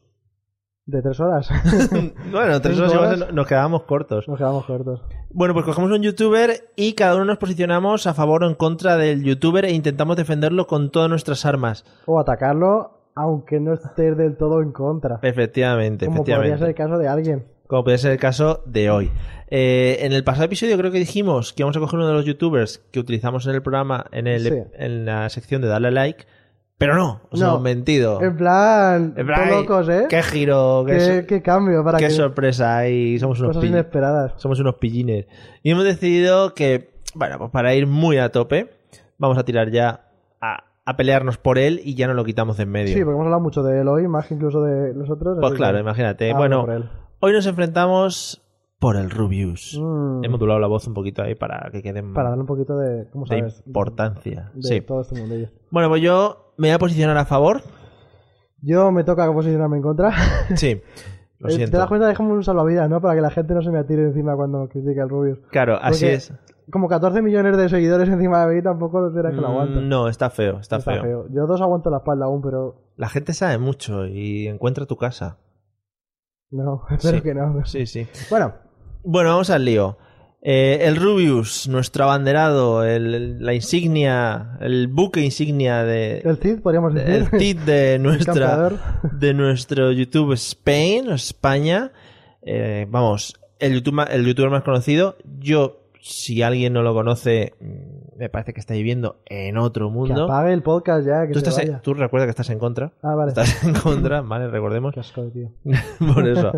[SPEAKER 2] De tres horas.
[SPEAKER 1] bueno, tres horas,
[SPEAKER 2] ¿Cinco
[SPEAKER 1] igual
[SPEAKER 2] horas?
[SPEAKER 1] nos quedábamos cortos.
[SPEAKER 2] Nos quedamos cortos.
[SPEAKER 1] Bueno, pues cogemos un youtuber y cada uno nos posicionamos a favor o en contra del youtuber e intentamos defenderlo con todas nuestras armas.
[SPEAKER 2] O atacarlo, aunque no estés del todo en contra.
[SPEAKER 1] Efectivamente,
[SPEAKER 2] Como podría
[SPEAKER 1] E, efectivamente.
[SPEAKER 2] ser el caso de alguien.
[SPEAKER 1] Como puede ser el caso de hoy. Eh, en el pasado episodio creo que dijimos que vamos a coger uno de los youtubers que utilizamos en el programa, en, el-
[SPEAKER 2] Sí.
[SPEAKER 1] en la sección de darle like, pero no, os
[SPEAKER 2] No.
[SPEAKER 1] hemos mentido.
[SPEAKER 2] En plan,
[SPEAKER 1] Oh. En plan,
[SPEAKER 2] todo locos, ¿eh?
[SPEAKER 1] Qué giro, qué,
[SPEAKER 2] Qué- qué cambio para
[SPEAKER 1] qué
[SPEAKER 2] que
[SPEAKER 1] sorpresa, y somos unos
[SPEAKER 2] cosas
[SPEAKER 1] pill-
[SPEAKER 2] inesperadas.
[SPEAKER 1] somos unos pillines. Y hemos decidido que, bueno, pues para ir muy a tope, vamos a tirar ya a, a pelearnos por él y ya no lo quitamos de en medio.
[SPEAKER 2] Sí, porque hemos hablado mucho de él hoy, más que incluso de los otros.
[SPEAKER 1] pues
[SPEAKER 2] así
[SPEAKER 1] claro,
[SPEAKER 2] que-
[SPEAKER 1] imagínate.
[SPEAKER 2] Ah,
[SPEAKER 1] bueno,
[SPEAKER 2] por él.
[SPEAKER 1] hoy nos enfrentamos por el Rubius.
[SPEAKER 2] Mm,
[SPEAKER 1] He modulado la voz un poquito ahí para que quede
[SPEAKER 2] para darle un poquito de, ¿cómo
[SPEAKER 1] de
[SPEAKER 2] sabes?
[SPEAKER 1] importancia.
[SPEAKER 2] De
[SPEAKER 1] Sí.
[SPEAKER 2] todo este mundillo.
[SPEAKER 1] Bueno, pues yo me voy a posicionar a favor.
[SPEAKER 2] Yo me toca posicionarme en contra.
[SPEAKER 1] Sí. Lo
[SPEAKER 2] Eh, Te das
[SPEAKER 1] siento.
[SPEAKER 2] cuenta, dejamos un salvavidas, ¿no? Para que la gente no se me atire encima cuando critique al Rubius.
[SPEAKER 1] Claro, así
[SPEAKER 2] Porque
[SPEAKER 1] es.
[SPEAKER 2] Como 14 millones de seguidores encima de mí, tampoco lo será que lo aguanto.
[SPEAKER 1] Mm, No, está feo, está,
[SPEAKER 2] Está
[SPEAKER 1] feo.
[SPEAKER 2] feo. Yo dos aguanto la espalda aún, pero
[SPEAKER 1] La gente sabe mucho y encuentra tu casa.
[SPEAKER 2] no, espero
[SPEAKER 1] Sí.
[SPEAKER 2] que no.
[SPEAKER 1] Sí, sí.
[SPEAKER 2] Bueno,
[SPEAKER 1] Bueno, vamos al lío. Eh, el Rubius, nuestro abanderado, el- el- la insignia, el buque insignia de,
[SPEAKER 2] el Cid, podríamos
[SPEAKER 1] de-
[SPEAKER 2] decir.
[SPEAKER 1] el tit de
[SPEAKER 2] El
[SPEAKER 1] nuestra,
[SPEAKER 2] campeador.
[SPEAKER 1] de nuestro YouTube Spain, España. Eh, vamos, el, YouTube, ma- el youtuber más conocido. Yo, si alguien no lo conoce, mm, me parece que está viviendo en otro
[SPEAKER 2] Que
[SPEAKER 1] mundo.
[SPEAKER 2] apague el podcast ya, que
[SPEAKER 1] Tú,
[SPEAKER 2] se
[SPEAKER 1] estás en-
[SPEAKER 2] vaya.
[SPEAKER 1] tú recuerdas que estás en contra.
[SPEAKER 2] Ah, vale.
[SPEAKER 1] Estás en contra, vale, recordemos.
[SPEAKER 2] Qué asco, tío.
[SPEAKER 1] Por eso.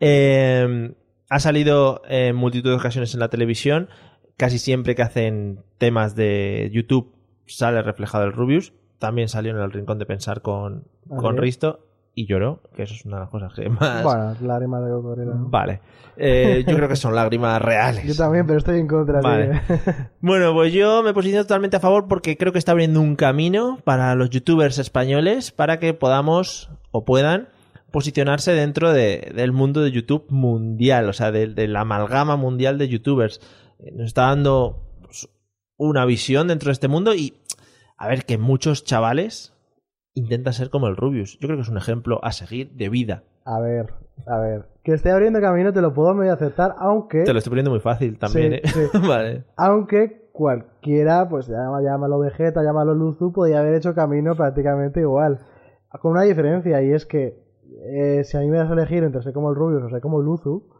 [SPEAKER 1] Eh, ha salido en multitud de ocasiones en la televisión. Casi siempre que hacen temas de YouTube sale reflejado el Rubius. También salió en el Rincón de Pensar con,
[SPEAKER 2] Ah,
[SPEAKER 1] con
[SPEAKER 2] sí.
[SPEAKER 1] Risto y lloró, que eso es una de las cosas que más...
[SPEAKER 2] Bueno, lágrimas de cocodrilo. ¿no?
[SPEAKER 1] Vale. Eh, yo creo que son lágrimas reales.
[SPEAKER 2] Yo también, pero estoy en contra. así
[SPEAKER 1] Vale.
[SPEAKER 2] que-
[SPEAKER 1] Bueno, pues yo me posiciono totalmente a favor porque creo que está abriendo un camino para los youtubers españoles para que podamos o puedan posicionarse dentro de- del mundo de YouTube mundial, o sea, de, de la amalgama mundial de youtubers. Eh, Nos está dando pues, una visión dentro de este mundo y a ver que muchos chavales intentan ser como el Rubius. Yo creo que es un ejemplo a seguir de vida.
[SPEAKER 2] A ver, a ver. Que esté abriendo camino te lo puedo medio aceptar, aunque.
[SPEAKER 1] Te lo estoy poniendo muy fácil también,
[SPEAKER 2] Sí,
[SPEAKER 1] ¿eh? vale.
[SPEAKER 2] Aunque cualquiera, pues llama- llámalo Vegeta, llámalo Luzu, podía haber hecho camino prácticamente igual. Con una diferencia, y es que eh, si a mí me das a elegir entre ser como el Rubius o ser como el Luzu,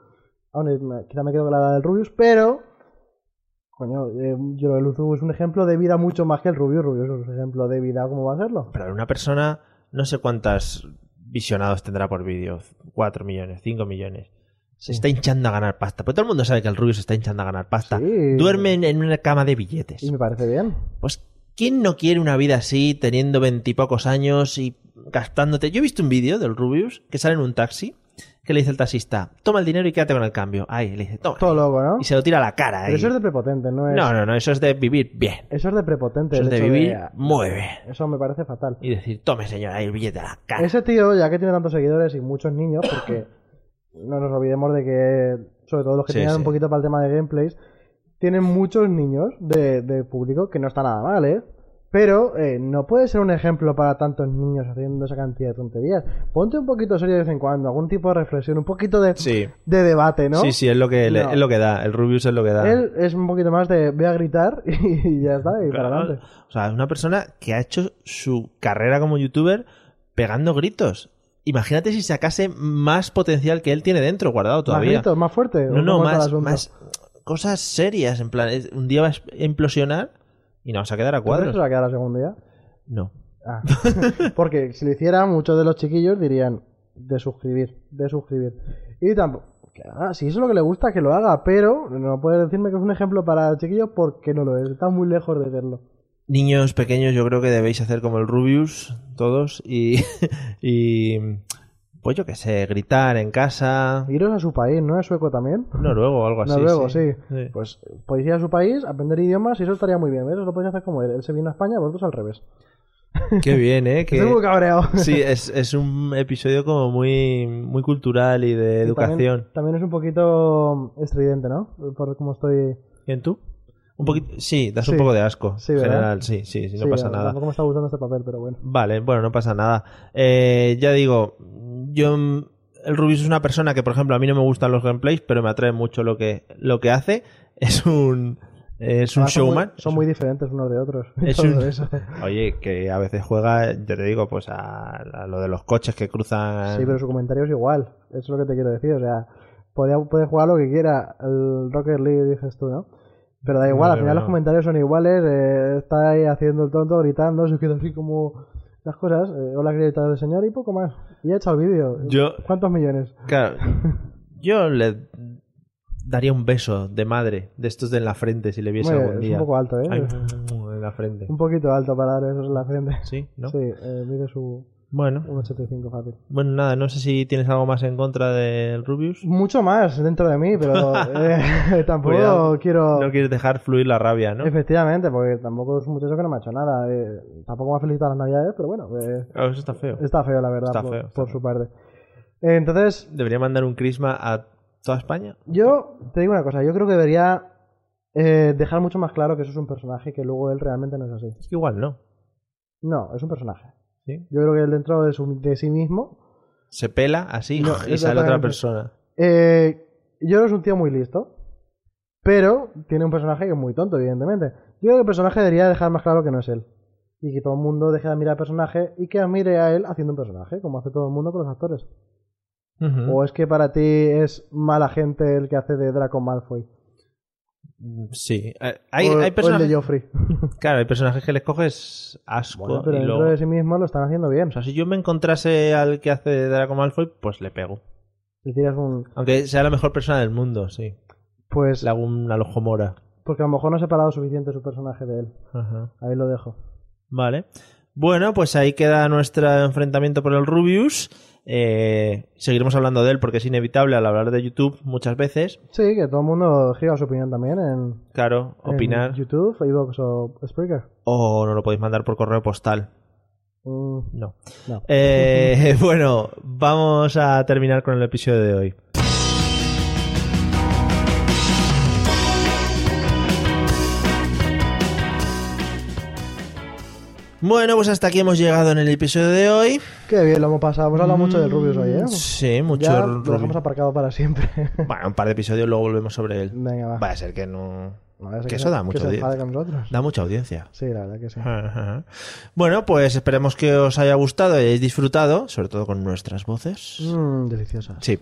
[SPEAKER 2] aún es- me- quizá me quedo con la del Rubius, pero. Coño, eh, yo lo de Luzu es un ejemplo de vida mucho más que el Rubius. Rubius es un ejemplo de vida, ¿cómo va a serlo?
[SPEAKER 1] Pero una persona, no sé cuántas visionados tendrá por vídeo, 4 millones, 5 millones. Se está hinchando a ganar pasta. Pues todo el mundo sabe que el Rubius se está hinchando a ganar pasta.
[SPEAKER 2] Sí.
[SPEAKER 1] Duermen en una cama de billetes.
[SPEAKER 2] Y me parece bien.
[SPEAKER 1] Pues, ¿quién no quiere una vida así, teniendo veintipocos años y gastándote? Yo he visto un vídeo del Rubius que sale en un taxi, que le dice el taxista, toma el dinero y quédate con el cambio. Ahí, le dice, toma.
[SPEAKER 2] Todo loco, ¿no?
[SPEAKER 1] Y se lo tira a la cara.
[SPEAKER 2] Pero
[SPEAKER 1] ahí.
[SPEAKER 2] eso es de prepotente, no es.
[SPEAKER 1] No, no, no, eso es de vivir bien.
[SPEAKER 2] Eso es de prepotente.
[SPEAKER 1] Eso es
[SPEAKER 2] el
[SPEAKER 1] de
[SPEAKER 2] hecho ah,
[SPEAKER 1] vivir muy bien.
[SPEAKER 2] Eso me parece fatal.
[SPEAKER 1] Y decir, tome señora, ahí el billete a la cara.
[SPEAKER 2] Ese tío, ya que tiene tantos seguidores y muchos niños, porque no nos olvidemos de que, sobre todo los que
[SPEAKER 1] Sí,
[SPEAKER 2] tienen
[SPEAKER 1] sí.
[SPEAKER 2] un poquito para el tema de gameplays, tienen muchos niños de, de público, que no está nada mal, ¿eh? Pero eh, no puede ser un ejemplo para tantos niños haciendo esa cantidad de tonterías. Ponte un poquito serio de vez en cuando, algún tipo de reflexión, un poquito de,
[SPEAKER 1] Sí.
[SPEAKER 2] de debate, ¿no?
[SPEAKER 1] Sí, sí, es lo que le-
[SPEAKER 2] No.
[SPEAKER 1] es lo que da. El Rubius es lo que da.
[SPEAKER 2] Él es un poquito más de voy a gritar y ya está, y para
[SPEAKER 1] Claro.
[SPEAKER 2] adelante.
[SPEAKER 1] O sea, es una persona que ha hecho su carrera como youtuber pegando gritos. Imagínate si sacase más potencial que él tiene dentro guardado
[SPEAKER 2] Más
[SPEAKER 1] todavía.
[SPEAKER 2] gritos, más fuerte.
[SPEAKER 1] no, no,
[SPEAKER 2] ¿Cómo está el
[SPEAKER 1] más,
[SPEAKER 2] asunto?
[SPEAKER 1] más cosas serias. En plan, es- un día va a implosionar y nos vamos a quedar a
[SPEAKER 2] ¿Cuál se
[SPEAKER 1] cuadros.
[SPEAKER 2] va a quedar la segunda ya?
[SPEAKER 1] No.
[SPEAKER 2] Ah. Porque si lo hiciera, muchos de los chiquillos dirían de suscribir, de suscribir. Y tampoco. que haga, si eso es lo que le gusta, que lo haga, pero no puedes decirme que es un ejemplo para chiquillos porque no lo es. Está muy lejos de serlo.
[SPEAKER 1] Niños pequeños, yo creo que debéis hacer como el Rubius, todos, y. y pues yo qué sé, gritar en casa.
[SPEAKER 2] Iros a su país, ¿no es sueco también?
[SPEAKER 1] Noruego o algo así.
[SPEAKER 2] Noruego, sí.
[SPEAKER 1] Pues Sí.
[SPEAKER 2] Pues podéis ir a su país, aprender idiomas y eso estaría muy bien. ¿ves? Eso lo podéis hacer como él. Él se vino a España, vosotros al revés.
[SPEAKER 1] Qué bien, ¿eh? Que-
[SPEAKER 2] Estoy muy cabreado.
[SPEAKER 1] Sí, es, es un episodio como muy, muy cultural y de
[SPEAKER 2] Y también-
[SPEAKER 1] educación.
[SPEAKER 2] También, es un poquito estridente, ¿no? Por cómo estoy.
[SPEAKER 1] ¿Y en tú? Un poquito, sí, das un
[SPEAKER 2] Sí.
[SPEAKER 1] poco de asco.
[SPEAKER 2] Sí,
[SPEAKER 1] en
[SPEAKER 2] ¿verdad?
[SPEAKER 1] general, sí, sí, sí, no
[SPEAKER 2] Sí,
[SPEAKER 1] pasa
[SPEAKER 2] a-
[SPEAKER 1] nada.
[SPEAKER 2] Tampoco me está gustando este papel, pero bueno.
[SPEAKER 1] Vale, bueno, no pasa nada. Eh, ya digo, yo mm, el Rubius es una persona que, por ejemplo, a mí no me gustan los gameplays, pero me atrae mucho lo que, lo que hace. Es un es un
[SPEAKER 2] Además, son muy-
[SPEAKER 1] showman.
[SPEAKER 2] Son muy diferentes unos de otros.
[SPEAKER 1] Es
[SPEAKER 2] todo
[SPEAKER 1] un-
[SPEAKER 2] eso.
[SPEAKER 1] Oye, que a veces juega, ya te digo, pues a, a lo de los coches que cruzan.
[SPEAKER 2] Sí, pero su comentario es igual. Eso es lo que te quiero decir. O sea, podía, puede jugar lo que quiera. El Rocket League, dices tú, ¿no? Pero da igual,
[SPEAKER 1] No,
[SPEAKER 2] al final
[SPEAKER 1] no.
[SPEAKER 2] los comentarios son iguales. eh, está ahí haciendo el tonto, gritando, se queda así como las cosas. eh, hola, grieta del señor y poco más. Y ya he echado el vídeo.
[SPEAKER 1] Yo-
[SPEAKER 2] ¿Cuántos millones?
[SPEAKER 1] Claro, yo le daría un beso de madre de estos de en la frente si le viese
[SPEAKER 2] Hombre,
[SPEAKER 1] algún
[SPEAKER 2] es
[SPEAKER 1] día.
[SPEAKER 2] un poco alto, ¿eh?
[SPEAKER 1] Ay, en la frente.
[SPEAKER 2] Un poquito alto para dar esos en la frente.
[SPEAKER 1] Sí, ¿no?
[SPEAKER 2] Sí, eh, mide su
[SPEAKER 1] Bueno,
[SPEAKER 2] 1,85 fácil.
[SPEAKER 1] bueno, nada, no sé si tienes algo más en contra del Rubius.
[SPEAKER 2] Mucho más dentro de mí, pero eh, tampoco
[SPEAKER 1] Cuidado.
[SPEAKER 2] quiero...
[SPEAKER 1] No quieres dejar fluir la rabia, ¿no?
[SPEAKER 2] Efectivamente, porque tampoco es un muchacho que no me ha hecho nada. eh, tampoco me ha felicitado las navidades, pero bueno, eh,
[SPEAKER 1] Claro, eso está feo.
[SPEAKER 2] está feo, la verdad,
[SPEAKER 1] Está
[SPEAKER 2] por,
[SPEAKER 1] feo, está
[SPEAKER 2] por
[SPEAKER 1] feo.
[SPEAKER 2] su parte. Eh, Entonces,
[SPEAKER 1] Debería mandar un crisma a toda España.
[SPEAKER 2] yo te digo una cosa, yo creo que debería eh, dejar mucho más claro que eso es un personaje, que luego él realmente no es así.
[SPEAKER 1] Es que igual no.
[SPEAKER 2] No, es un personaje.
[SPEAKER 1] ¿sí?
[SPEAKER 2] Yo creo que él dentro de, su- de sí mismo...
[SPEAKER 1] Se pela así
[SPEAKER 2] No,
[SPEAKER 1] y sale otra
[SPEAKER 2] exactamente.
[SPEAKER 1] persona.
[SPEAKER 2] eh, yo creo que es un tío muy listo, pero tiene un personaje que es muy tonto, evidentemente. Yo creo que el personaje debería dejar más claro que no es él. Y que todo el mundo deje de admirar al personaje y que admire a él haciendo un personaje, como hace todo el mundo con los actores.
[SPEAKER 1] Ujú.
[SPEAKER 2] ¿O es que para ti es mala gente el que hace de Draco Malfoy?
[SPEAKER 1] Mm, Sí. Eh, Hay,
[SPEAKER 2] o,
[SPEAKER 1] hay
[SPEAKER 2] o el
[SPEAKER 1] personajes.
[SPEAKER 2] de Joffrey.
[SPEAKER 1] Claro, hay personajes que les coges asco.
[SPEAKER 2] Bueno, pero
[SPEAKER 1] y
[SPEAKER 2] dentro
[SPEAKER 1] luego-
[SPEAKER 2] de sí mismo lo están haciendo bien.
[SPEAKER 1] O sea, si yo me encontrase al que hace de Draco Malfoy, pues le pego.
[SPEAKER 2] Si tiras un.
[SPEAKER 1] Aunque sea la mejor persona del mundo, sí.
[SPEAKER 2] Pues.
[SPEAKER 1] Le hago un alojo mora.
[SPEAKER 2] Porque a lo mejor no se ha parado suficiente su personaje de él.
[SPEAKER 1] Ajá.
[SPEAKER 2] Ahí lo dejo.
[SPEAKER 1] Vale. Bueno, pues ahí queda nuestro enfrentamiento por el Rubius. Eh, seguiremos hablando de él porque es inevitable al hablar de YouTube muchas veces.
[SPEAKER 2] Sí, que todo el mundo gira su opinión también en.
[SPEAKER 1] Claro,
[SPEAKER 2] en
[SPEAKER 1] opinar.
[SPEAKER 2] YouTube, Evox o Spreaker.
[SPEAKER 1] O no lo podéis mandar por correo postal.
[SPEAKER 2] Mm,
[SPEAKER 1] No.
[SPEAKER 2] no.
[SPEAKER 1] Eh, bueno, vamos a terminar con el episodio de hoy. Bueno, pues hasta aquí hemos llegado en el episodio de hoy.
[SPEAKER 2] Qué bien lo hemos pasado. Hemos hablado mucho del Rubius hoy, ¿eh?
[SPEAKER 1] Sí, mucho.
[SPEAKER 2] Ya lo
[SPEAKER 1] Rubi.
[SPEAKER 2] dejamos aparcado para siempre.
[SPEAKER 1] Bueno, un par de episodios, luego volvemos sobre él.
[SPEAKER 2] Venga, va.
[SPEAKER 1] Va a ser que no.
[SPEAKER 2] No, ya sé
[SPEAKER 1] que eso
[SPEAKER 2] se-
[SPEAKER 1] da mucho
[SPEAKER 2] Que se
[SPEAKER 1] di-
[SPEAKER 2] enfade con nosotros.
[SPEAKER 1] Da mucha audiencia.
[SPEAKER 2] Sí, la verdad que sí.
[SPEAKER 1] Ajá. Bueno, pues esperemos que os haya gustado y hayáis disfrutado, sobre todo con nuestras voces.
[SPEAKER 2] Mm, deliciosa.
[SPEAKER 1] Sí.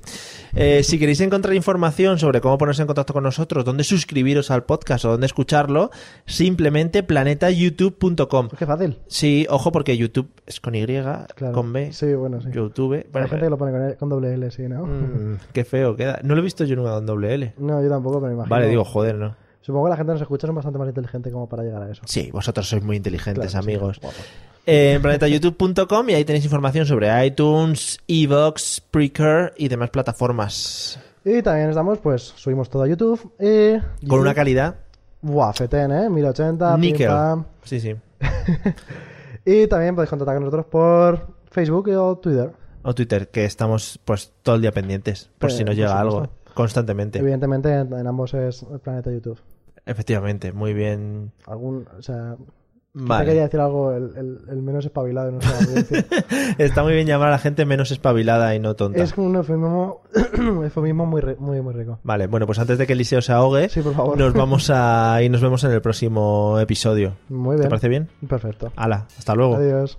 [SPEAKER 1] Eh, si queréis encontrar información sobre cómo ponerse en contacto con nosotros, dónde suscribiros al podcast o dónde escucharlo, simplemente planetayoutube.com.
[SPEAKER 2] Es que fácil.
[SPEAKER 1] Sí, ojo porque YouTube es con Y,
[SPEAKER 2] Claro.
[SPEAKER 1] con B,
[SPEAKER 2] Sí, bueno, sí.
[SPEAKER 1] YouTube.
[SPEAKER 2] Hay
[SPEAKER 1] Bueno, eh.
[SPEAKER 2] gente que lo pone con, con doble L, sí, ¿no?
[SPEAKER 1] mm, qué feo queda. No lo he visto yo nunca con doble L.
[SPEAKER 2] No, yo tampoco, pero me imagino.
[SPEAKER 1] Vale, digo, joder, ¿no?
[SPEAKER 2] Supongo que la gente que nos escucha son bastante más inteligente como para llegar a eso.
[SPEAKER 1] Sí, vosotros sois muy inteligentes,
[SPEAKER 2] Claro, sí,
[SPEAKER 1] amigos.
[SPEAKER 2] guapos.
[SPEAKER 1] Eh, en planetayoutube.com y ahí tenéis información sobre iTunes, Evox, Spreaker y demás plataformas.
[SPEAKER 2] Y también estamos, pues, subimos todo a YouTube. Y
[SPEAKER 1] Con una calidad.
[SPEAKER 2] Buah, FETEN, ¿eh? 1080, pim,
[SPEAKER 1] Níquel.
[SPEAKER 2] pam.
[SPEAKER 1] Sí, sí.
[SPEAKER 2] Y también podéis contactar con nosotros por Facebook o Twitter.
[SPEAKER 1] O Twitter, que estamos pues todo el día pendientes por
[SPEAKER 2] Eh,
[SPEAKER 1] si nos
[SPEAKER 2] por
[SPEAKER 1] llega algo
[SPEAKER 2] supuesto.
[SPEAKER 1] constantemente.
[SPEAKER 2] Evidentemente, en, en ambos es el planeta YouTube.
[SPEAKER 1] Efectivamente, muy bien.
[SPEAKER 2] Algún, o sea, te quería
[SPEAKER 1] Vale.
[SPEAKER 2] decir algo el, el- el menos espabilado de nuestra audiencia.
[SPEAKER 1] Está muy bien llamar a la gente menos espabilada y no tonta.
[SPEAKER 2] es un eufemismo, eufemismo muy, ri- muy, muy rico.
[SPEAKER 1] Vale, bueno, pues antes de que Eliseo se ahogue,
[SPEAKER 2] Sí, por favor.
[SPEAKER 1] nos vamos a y nos vemos en el próximo episodio.
[SPEAKER 2] Muy
[SPEAKER 1] ¿Te
[SPEAKER 2] bien.
[SPEAKER 1] parece bien? Oh.
[SPEAKER 2] Perfecto.
[SPEAKER 1] Hala, hasta luego.
[SPEAKER 2] Adiós.